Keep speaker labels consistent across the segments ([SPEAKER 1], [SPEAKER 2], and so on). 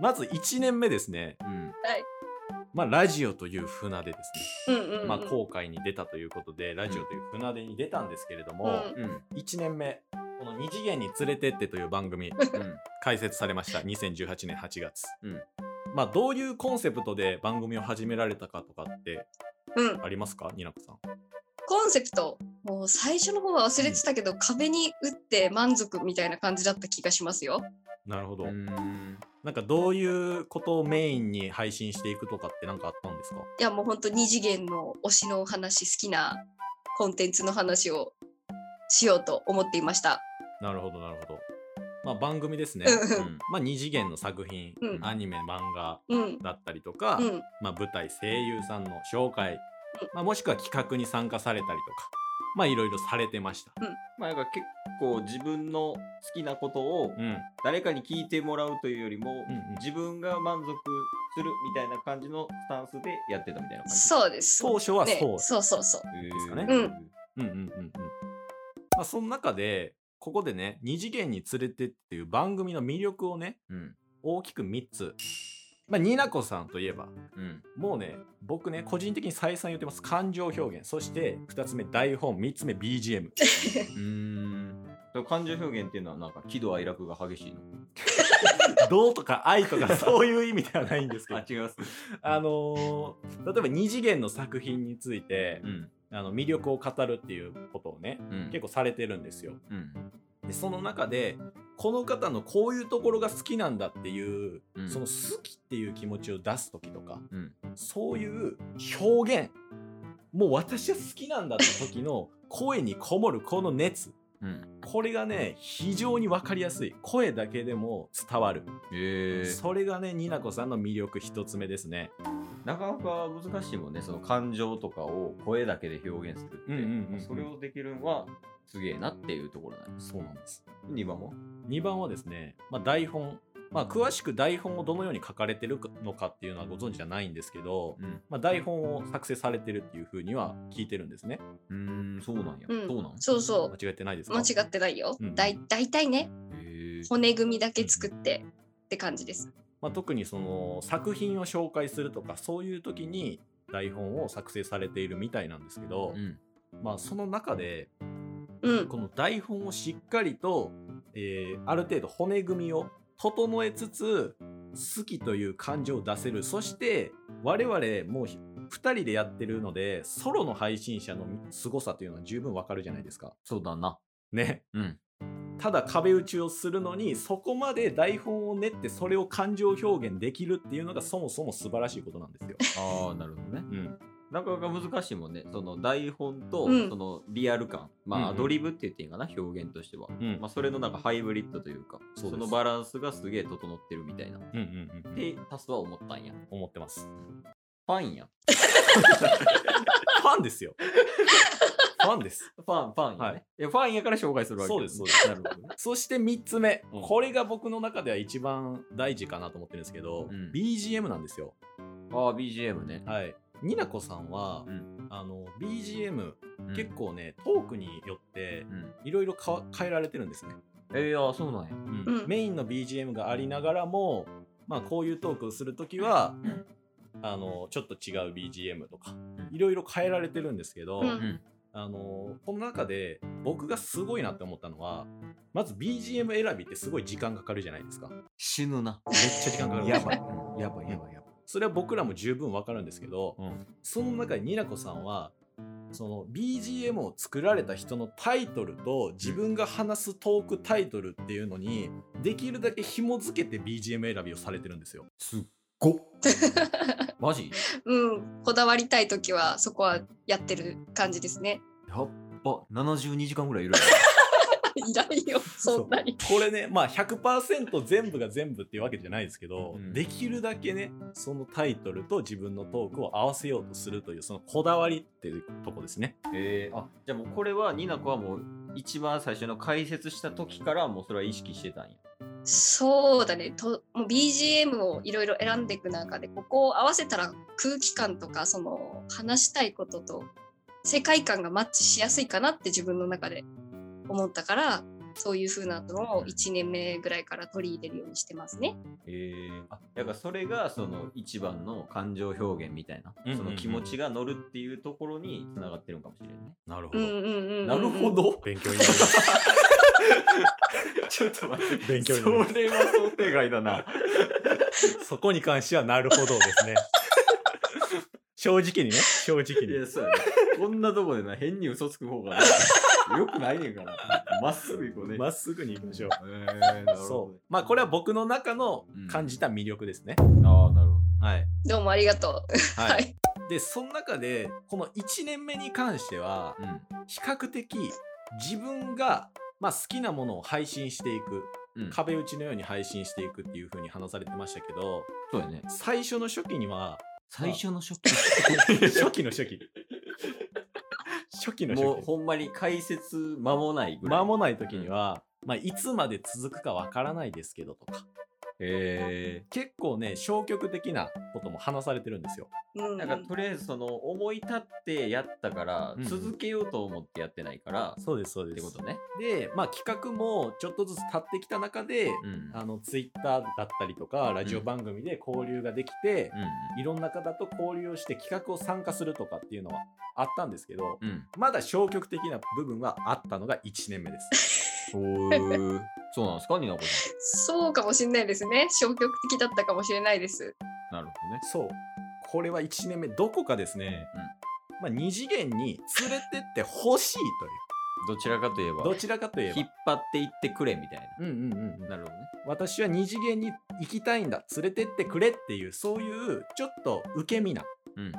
[SPEAKER 1] まず1年目ですね、うん
[SPEAKER 2] はい
[SPEAKER 1] まあ、ラジオという船でですね、
[SPEAKER 2] うんうんうん
[SPEAKER 1] まあ、航海に出たということで、ラジオという船出に出たんですけれども、
[SPEAKER 2] うん
[SPEAKER 3] うんうん
[SPEAKER 1] 1年目この「二次元に連れてって」という番組開設されました2018年8月、
[SPEAKER 3] うん
[SPEAKER 1] まあどういうコンセプトで番組を始められたかとかって
[SPEAKER 2] うん、
[SPEAKER 1] ありますかになこさん
[SPEAKER 2] コンセプトもう最初の方は忘れてたけど、壁に打って満足みたいな感じだった気がしますよ。
[SPEAKER 1] なるほど、
[SPEAKER 3] うん
[SPEAKER 1] なんかどういうことをメインに配信していくとかって何かあったんですか
[SPEAKER 2] いやもうほんと二次元の推しのお話好きなコンテンツの話をしようと思っていました。
[SPEAKER 1] なるほどなるほどまあ番組ですね、
[SPEAKER 2] うん
[SPEAKER 3] うん
[SPEAKER 1] まあ2次元の作品、
[SPEAKER 2] うん
[SPEAKER 1] アニメ漫画
[SPEAKER 2] うん、
[SPEAKER 1] だったりとか、
[SPEAKER 2] うん、
[SPEAKER 1] まあ、舞台声優さんの紹介、まあ、もしくは企画に参加されたりとかまあいろいろされてました、
[SPEAKER 3] まあなんか結構自分の好きなことを
[SPEAKER 1] うん、
[SPEAKER 3] 誰かに聞いてもらうというよりも、
[SPEAKER 1] うんうん
[SPEAKER 3] 自分が満足するみたいな感じのスタンスでやってたみたいな感じ
[SPEAKER 2] そうです。
[SPEAKER 1] 当初はそう
[SPEAKER 2] ね、そうそうそう。
[SPEAKER 1] ですかね
[SPEAKER 2] うん
[SPEAKER 1] うんうんうんうん。まあ、その中で、ここでね、二次元に連れてっていう番組の魅力をね、
[SPEAKER 3] うん
[SPEAKER 1] 大きく3つ。まあ、ニナコさんといえば、
[SPEAKER 3] うん
[SPEAKER 1] もうね、僕ね、個人的に再三言ってます。感情表現。そして、2つ目、台本。3つ目、BGM。
[SPEAKER 3] うんその感情表現っていうのはなんか喜怒哀楽が激しいの
[SPEAKER 1] どうとか愛とか、そういう意味ではないんですけど
[SPEAKER 3] あ、違います
[SPEAKER 1] あのー例えば二次元の作品について、
[SPEAKER 3] うん
[SPEAKER 1] あの魅力を語るっていうことをね、
[SPEAKER 3] うん
[SPEAKER 1] 結構されてるんですよ。
[SPEAKER 3] うん
[SPEAKER 1] でその中でこの方のこういうところが好きなんだっていう、
[SPEAKER 3] うん
[SPEAKER 1] その好きっていう気持ちを出す時とか、
[SPEAKER 3] うん
[SPEAKER 1] そういう表現もう私は好きなんだって時の声にこもるこの熱
[SPEAKER 3] うん
[SPEAKER 1] これがね非常に分かりやすい声だけでも伝わる、
[SPEAKER 3] へえ
[SPEAKER 1] それがねになこさんの魅力一つ目ですね。
[SPEAKER 3] なかなか難しいもんねその感情とかを声だけで表現するって、
[SPEAKER 1] うんうんうんうん
[SPEAKER 3] それをできるのはすげえなっていうところなんです
[SPEAKER 1] そうなんです
[SPEAKER 3] 2番も
[SPEAKER 1] 2番はですね、まあ、台本、まあ、詳しく台本をどのように書かれてるのかっていうのはご存知じゃないんですけど、
[SPEAKER 3] うん
[SPEAKER 1] まあ、台本を作成されてるっていうふうには聞いてるんですね。
[SPEAKER 3] うんそうなんや、
[SPEAKER 2] うん
[SPEAKER 3] そうなん
[SPEAKER 2] そうそ
[SPEAKER 1] 間違ってないです
[SPEAKER 2] う。
[SPEAKER 1] か
[SPEAKER 2] 間違ってないよ。
[SPEAKER 1] うん
[SPEAKER 2] だい大体ね、
[SPEAKER 3] へえ
[SPEAKER 2] 骨組みだけ作ってって感じです。
[SPEAKER 1] まあ、特にその作品を紹介するとかそういう時に台本を作成されているみたいなんですけど、
[SPEAKER 3] うん
[SPEAKER 1] まあ、その中で
[SPEAKER 2] うん、
[SPEAKER 1] この台本をしっかりと、えーある程度骨組みを整えつつ好きという感情を出せるそして我々もう2人でやってるのでソロの配信者の凄さというのは十分わかるじゃないですか。
[SPEAKER 3] そうだな
[SPEAKER 1] ね。
[SPEAKER 3] うん
[SPEAKER 1] ただ壁打ちをするのにそこまで台本を練ってそれを感情表現できるっていうのがそもそも素晴らしいことなんですよ。
[SPEAKER 3] あ あなるほどね
[SPEAKER 1] うん、
[SPEAKER 3] なかなか難しいもんねその台本と
[SPEAKER 2] うん
[SPEAKER 3] そのリアル感、
[SPEAKER 1] うん
[SPEAKER 3] まあ
[SPEAKER 1] うん
[SPEAKER 3] アドリブって言っていいかな表現としては、
[SPEAKER 1] うん
[SPEAKER 3] まあ、それのなんかハイブリッドというか
[SPEAKER 1] そうです
[SPEAKER 3] そのバランスがすげえ整ってるみたいな
[SPEAKER 1] うんうんうん。
[SPEAKER 3] でタスは思ったんや
[SPEAKER 1] 思ってます。
[SPEAKER 3] ファンや
[SPEAKER 1] ファンですよ。ファンです。
[SPEAKER 3] ファンファンやね、
[SPEAKER 1] はい
[SPEAKER 3] い、やファンやから紹介するわけ
[SPEAKER 1] そうですそうです
[SPEAKER 3] なるほどね
[SPEAKER 1] そして3つ目、
[SPEAKER 3] うん
[SPEAKER 1] これが僕の中では一番大事かなと思ってるんですけど、
[SPEAKER 3] うん
[SPEAKER 1] BGM なんですよ。
[SPEAKER 3] ああ BGM ね
[SPEAKER 1] はい。になこさんは、
[SPEAKER 3] うん
[SPEAKER 1] あの BGM、
[SPEAKER 3] うん
[SPEAKER 1] 結構ねトークによって
[SPEAKER 3] うん
[SPEAKER 1] いろいろかわ変えられてるんですね、
[SPEAKER 3] えー、あーそうなんや
[SPEAKER 2] うん
[SPEAKER 1] メインの BGM がありながらも、まあ、こういうトークをするときは、
[SPEAKER 3] うん
[SPEAKER 1] あのちょっと違う BGM とかいろいろ変えられてるんですけど、
[SPEAKER 2] うん
[SPEAKER 3] ん
[SPEAKER 1] あのこの中で僕がすごいなって思ったのはまず BGM 選びってすごい時間かかるじゃないですか。
[SPEAKER 3] 死ぬな
[SPEAKER 1] めっちゃ時間かかる
[SPEAKER 3] やばいやばいやばいやばい
[SPEAKER 1] それは僕らも十分わかるんですけど、
[SPEAKER 3] うん
[SPEAKER 1] その中でになこさんはその BGM を作られた人のタイトルと自分が話すトークタイトルっていうのにできるだけ紐付けて BGM 選びをされてるんですよ。
[SPEAKER 3] すっごっマジ
[SPEAKER 2] うん、こだわりたいときはそこはやってる感じですね。
[SPEAKER 3] やっば72時間ぐらいいるやん
[SPEAKER 2] いないよ、そんなに。
[SPEAKER 1] そうこれねまあ100%全部が全部っていうわけじゃないですけど、
[SPEAKER 3] うん
[SPEAKER 1] できるだけねそのタイトルと自分のトークを合わせようとするというそのこだわりっていうとこですね。
[SPEAKER 3] えー、あじゃあもうこれはニナコはもう一番最初の解説した時からもうそれは意識してたんや。
[SPEAKER 2] そうだねともう BGM をいろいろ選んでいく中でここを合わせたら空気感とかその話したいことと世界観がマッチしやすいかなって自分の中で思ったからそういう風なのを1年目ぐらいから取り入れるようにしてますね。
[SPEAKER 3] えー、あだからそれがその一番の感情表現みたいな、
[SPEAKER 1] うんうんうん
[SPEAKER 3] その気持ちが乗るっていうところにつながってるんかもしれない ね。
[SPEAKER 1] なるほ
[SPEAKER 2] うん
[SPEAKER 1] ど。
[SPEAKER 2] うんうんうんうん
[SPEAKER 1] なるほ。ど。勉強になります。
[SPEAKER 3] ちょっと待って
[SPEAKER 1] 勉強に
[SPEAKER 3] そ
[SPEAKER 1] なりま
[SPEAKER 3] れは想定外だな。
[SPEAKER 1] す。そこに関してはなるほどですね。正直にね、正直
[SPEAKER 3] い
[SPEAKER 1] に
[SPEAKER 3] や、。そうやね。こんなとこでな、変に嘘つく方 がよくないねんから。まっすぐ行こうね。
[SPEAKER 1] まっすぐに行きましょう。
[SPEAKER 3] えー、なるほどね
[SPEAKER 1] そう。まあこれは僕の中の感じた魅力ですね。
[SPEAKER 3] ああ、なるほど。
[SPEAKER 1] はい。
[SPEAKER 2] どうもありがとう。
[SPEAKER 1] は。
[SPEAKER 2] はいい。
[SPEAKER 1] で、その中で、この1年目に関しては、比較的自分が、まあ、好きなものを配信していく、
[SPEAKER 3] うん。うん、
[SPEAKER 1] 壁打ちのように配信していくっていう風に話されてましたけど、
[SPEAKER 3] そうやね。
[SPEAKER 1] 最初の初期に は、
[SPEAKER 3] 最初のショ ッ
[SPEAKER 1] 初期の初期。初期
[SPEAKER 3] ク。
[SPEAKER 1] の
[SPEAKER 3] もう
[SPEAKER 1] 初期。
[SPEAKER 3] ほんまに解説間もないぐらい。
[SPEAKER 1] 間もない時には、まあ、いつまで続くかわからないですけどとか、
[SPEAKER 3] え
[SPEAKER 1] 結構ね、消極的なことも話されてるんですよ。
[SPEAKER 2] うんうん
[SPEAKER 3] なんかとりあえずその思い立ってやったから、
[SPEAKER 1] うん
[SPEAKER 3] 続けようと思ってやってないから、
[SPEAKER 1] そうです、そう
[SPEAKER 3] っ
[SPEAKER 1] で
[SPEAKER 3] て
[SPEAKER 1] す。
[SPEAKER 3] ことね。
[SPEAKER 1] で、まあ、企画もちょっとずつ立ってきた中で、
[SPEAKER 3] うん。
[SPEAKER 1] あのツイッターだったりとかラジオ番組で交流ができて、いろんな方と交流をして企画を参加するとかっていうのはあったんですけど、
[SPEAKER 3] うん。うん。
[SPEAKER 1] まだ消極的な部分はあったのが1年目です。
[SPEAKER 3] おーそうなんですか、ニナコさ
[SPEAKER 2] そうかもしれないですね。消極的だったかもしれないです。
[SPEAKER 3] ん。なるほどね。
[SPEAKER 1] そうこれは1年目どこかですね、まあ、2次元に連れてってほしいとい
[SPEAKER 3] どちらかといえば、
[SPEAKER 1] うどちらかといえば
[SPEAKER 3] 引っ張っていってくれみたいな。
[SPEAKER 1] うんうんうんうん
[SPEAKER 3] なるほどね。
[SPEAKER 1] 私は2次元に行きたいんだ連れてってくれっていうそういうちょっと受け身な
[SPEAKER 3] うん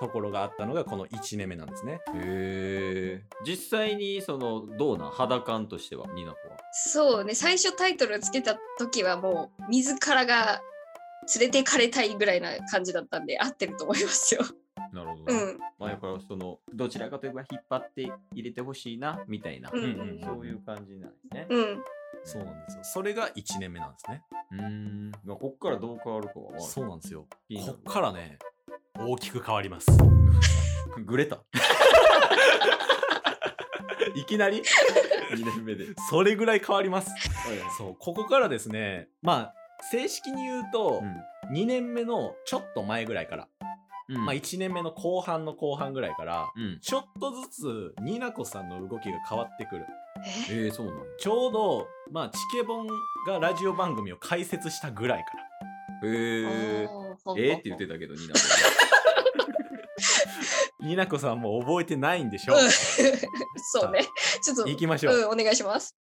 [SPEAKER 1] ところがあったのがこの1年目なんですね。
[SPEAKER 3] へえ実際にそのどうなん肌感としてはニナコは
[SPEAKER 2] そうね、最初タイトルをつけた時はもう自らが連れてかれたいぐらいな感じだったんで合ってると思いますよ。
[SPEAKER 3] なるほ
[SPEAKER 2] う
[SPEAKER 3] ね
[SPEAKER 2] ん。
[SPEAKER 3] 前からそのどちらかといえば引っ張って入れてほしいなみたいな、
[SPEAKER 2] うんうんうん
[SPEAKER 3] そういう感じなんですね
[SPEAKER 2] うん。
[SPEAKER 1] そうなんですよ。それが1年目なんですね。
[SPEAKER 3] うんまあこっからどう変わるかはまあ
[SPEAKER 1] そうなんですよ。
[SPEAKER 3] 気にな
[SPEAKER 1] こ
[SPEAKER 3] る
[SPEAKER 1] っからね大きく変わります。
[SPEAKER 3] グレタ
[SPEAKER 1] いき なり
[SPEAKER 3] 2年目で
[SPEAKER 1] それぐらい変わります。そうここからですねまあ正式に言うと、2年目のちょっと前ぐらいから、
[SPEAKER 3] うん
[SPEAKER 1] まあ、1年目の後半の後半ぐらいから
[SPEAKER 3] うん
[SPEAKER 1] ちょっとずつニナコさんの動きが変わってくる。
[SPEAKER 2] え
[SPEAKER 3] えー、そうなんや
[SPEAKER 1] ちょうど、まあ、チケボンがラジオ番組を解説したぐらいから。
[SPEAKER 3] へええー、って言って
[SPEAKER 2] た。
[SPEAKER 3] たけどニナコ
[SPEAKER 1] になこさんも覚えてないんでしょう
[SPEAKER 2] うんそうね。ちょっと、
[SPEAKER 1] 行きましょう、
[SPEAKER 2] うん、お願いします。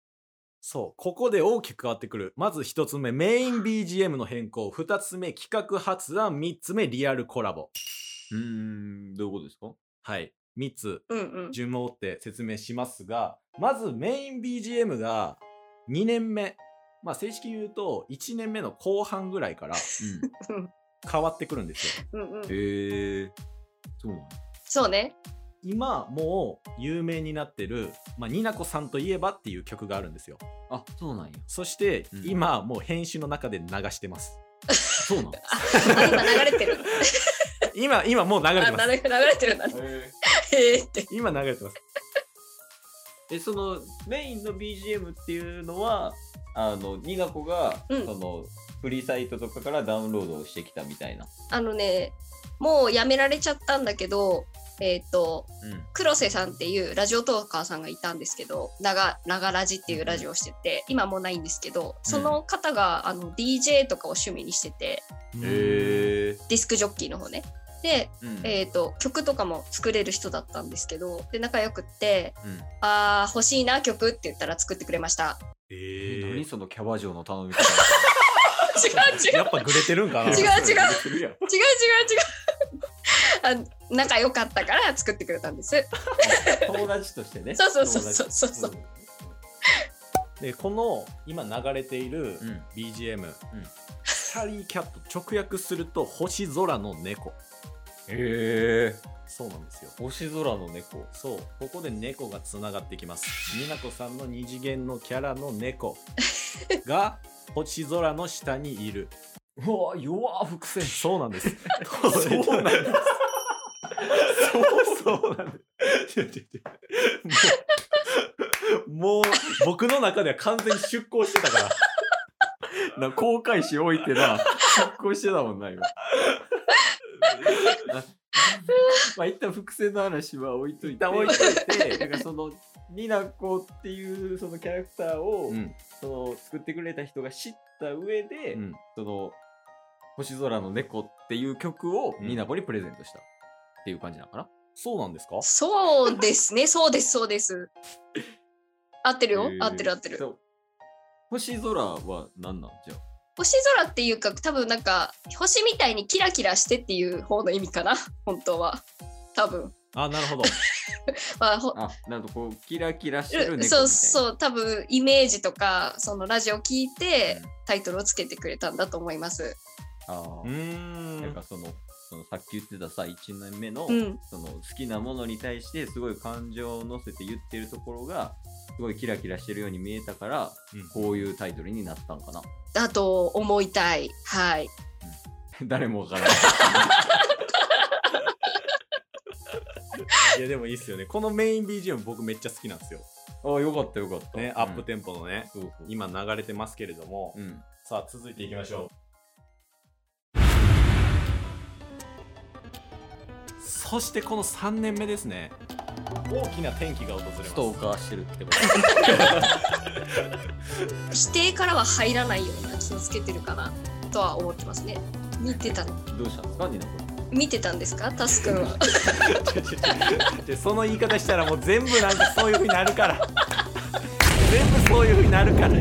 [SPEAKER 1] そう、ここで大きく変わってくる。まず1つ目、メイン BGM の変更。2つ目、企画発案。3つ目、リアルコラボ。
[SPEAKER 3] うーんどういうことですか
[SPEAKER 1] はい。3つ、
[SPEAKER 2] うんうん。
[SPEAKER 1] 順番を追って説明しますが、まずメイン BGM が2年目。まあ、正式に言うと、1年目の後半ぐらいから変わってくるんですよ。
[SPEAKER 2] うんうん
[SPEAKER 3] うん、へえそうなんや
[SPEAKER 2] そう ね。
[SPEAKER 1] 今もう有名になってる、まあ、になこさんといえばっていう曲があるんですよ
[SPEAKER 3] あそうなんや
[SPEAKER 1] そして、
[SPEAKER 3] うん
[SPEAKER 1] 今もう編集の中で流してます
[SPEAKER 3] そうなん
[SPEAKER 2] あ今流れてる。
[SPEAKER 1] 今今もう流れ
[SPEAKER 2] あ
[SPEAKER 1] て
[SPEAKER 2] 流
[SPEAKER 1] ます
[SPEAKER 2] れ流れてるんだね。えーって。
[SPEAKER 1] 今流れてます
[SPEAKER 3] えそのメインの BGM っていうのはあのニナコが、
[SPEAKER 2] うん
[SPEAKER 3] そのフリーサイトとかからダウンロードをしてきたみたいな、
[SPEAKER 2] あのね、もうやめられちゃったんだけど、えっ、と、黒瀬さんっていうラジオトーカーさんがいたんですけど、ながながラジっていうラジオをしてて、今もうないんですけど、その方があの DJ とかを趣味にしてて、
[SPEAKER 3] へえ、
[SPEAKER 2] ディスクジョッキーの方ね。で、
[SPEAKER 3] うん
[SPEAKER 2] えー、と曲とかも作れる人だったんですけどで仲良くって
[SPEAKER 3] うん
[SPEAKER 2] 「あー欲しいな曲」って言ったら作ってくれました
[SPEAKER 1] え
[SPEAKER 3] え
[SPEAKER 1] ー
[SPEAKER 3] 何そのキャバ嬢の頼み方
[SPEAKER 2] 違う違う違
[SPEAKER 1] やっぱグレてるんかな
[SPEAKER 2] 違う違う
[SPEAKER 3] う違う
[SPEAKER 2] う違う違うあ仲良かったから作ってくれたんです
[SPEAKER 3] 友達としてね
[SPEAKER 2] そうそうそうそうそうそう
[SPEAKER 1] でこの今流れている
[SPEAKER 3] うん
[SPEAKER 1] BGM、シャリーキャット直訳すると星空の猫
[SPEAKER 3] え
[SPEAKER 1] そうなんですよ
[SPEAKER 3] 星空の猫
[SPEAKER 1] そうここで猫がつながってきます美奈子さんの二次元のキャラの猫が星空の下にいる
[SPEAKER 3] うわ弱伏線
[SPEAKER 1] そうなんです
[SPEAKER 3] そうなんです
[SPEAKER 1] そうそうなんです違う違う違うももう僕の中では完全に出航してたから
[SPEAKER 3] な後悔しおいてな、出航してたもん な、今。まあ一旦伏線の話は置いといて、
[SPEAKER 1] 一旦置いといて
[SPEAKER 3] なんかその、ニナコっていうそのキャラクターを、
[SPEAKER 1] うん
[SPEAKER 3] その作ってくれた人が知った上で、
[SPEAKER 1] うん
[SPEAKER 3] その、星空の猫っていう曲を
[SPEAKER 1] うん
[SPEAKER 3] ニナコにプレゼントしたっていう感じなのかな。
[SPEAKER 1] そうなんですか
[SPEAKER 2] そうですね、そうです、そうです。合ってるよ、合ってる合ってる。
[SPEAKER 3] そう。星空は何なのじゃあ。
[SPEAKER 2] 星空っていうか、多分なんか、星みたいにキラキラしてっていう方の意味かな、 本当は。多分。
[SPEAKER 1] あなる ほど
[SPEAKER 2] まあ、ほ
[SPEAKER 3] あ、なるほど、こう、キラキラしてる猫み
[SPEAKER 2] る
[SPEAKER 3] たいな。
[SPEAKER 2] そうそう、多分イメージとか、そのラジオ聞いて
[SPEAKER 3] うん、
[SPEAKER 2] タイトルをつけてくれたんだと思います。
[SPEAKER 3] あー
[SPEAKER 1] うーん
[SPEAKER 3] なんかそのそのさっき言ってたさ1年目の,、
[SPEAKER 2] うん、
[SPEAKER 3] その好きなものに対してすごい感情を乗せて言ってるところがすごいキラキラしてるように見えたから
[SPEAKER 1] うん
[SPEAKER 3] こういうタイトルになったのかな
[SPEAKER 2] だと思いたい。はい。
[SPEAKER 3] 誰もわ からない
[SPEAKER 1] いやでもいいっすよねこのメイン BGM 僕めっちゃ好きなんですよ、
[SPEAKER 3] ああよかったよかった、
[SPEAKER 1] ね
[SPEAKER 3] うん
[SPEAKER 1] アップテンポのね
[SPEAKER 3] そうそう
[SPEAKER 1] 今流れてますけれども、
[SPEAKER 3] うん
[SPEAKER 1] さあ続いていきましょうそしてこの3年目ですね大きな転機が訪れます
[SPEAKER 3] ストーカーしてるってこと
[SPEAKER 2] 否定からは入らないような気をつけてるかなとは思ってますね。見てたの
[SPEAKER 3] どうしたんですかニナコ
[SPEAKER 2] 見てたんですかタス君は。
[SPEAKER 1] ちょちょちょその言い方したらもう全部なんかそういう風になるから全部そういう風になるから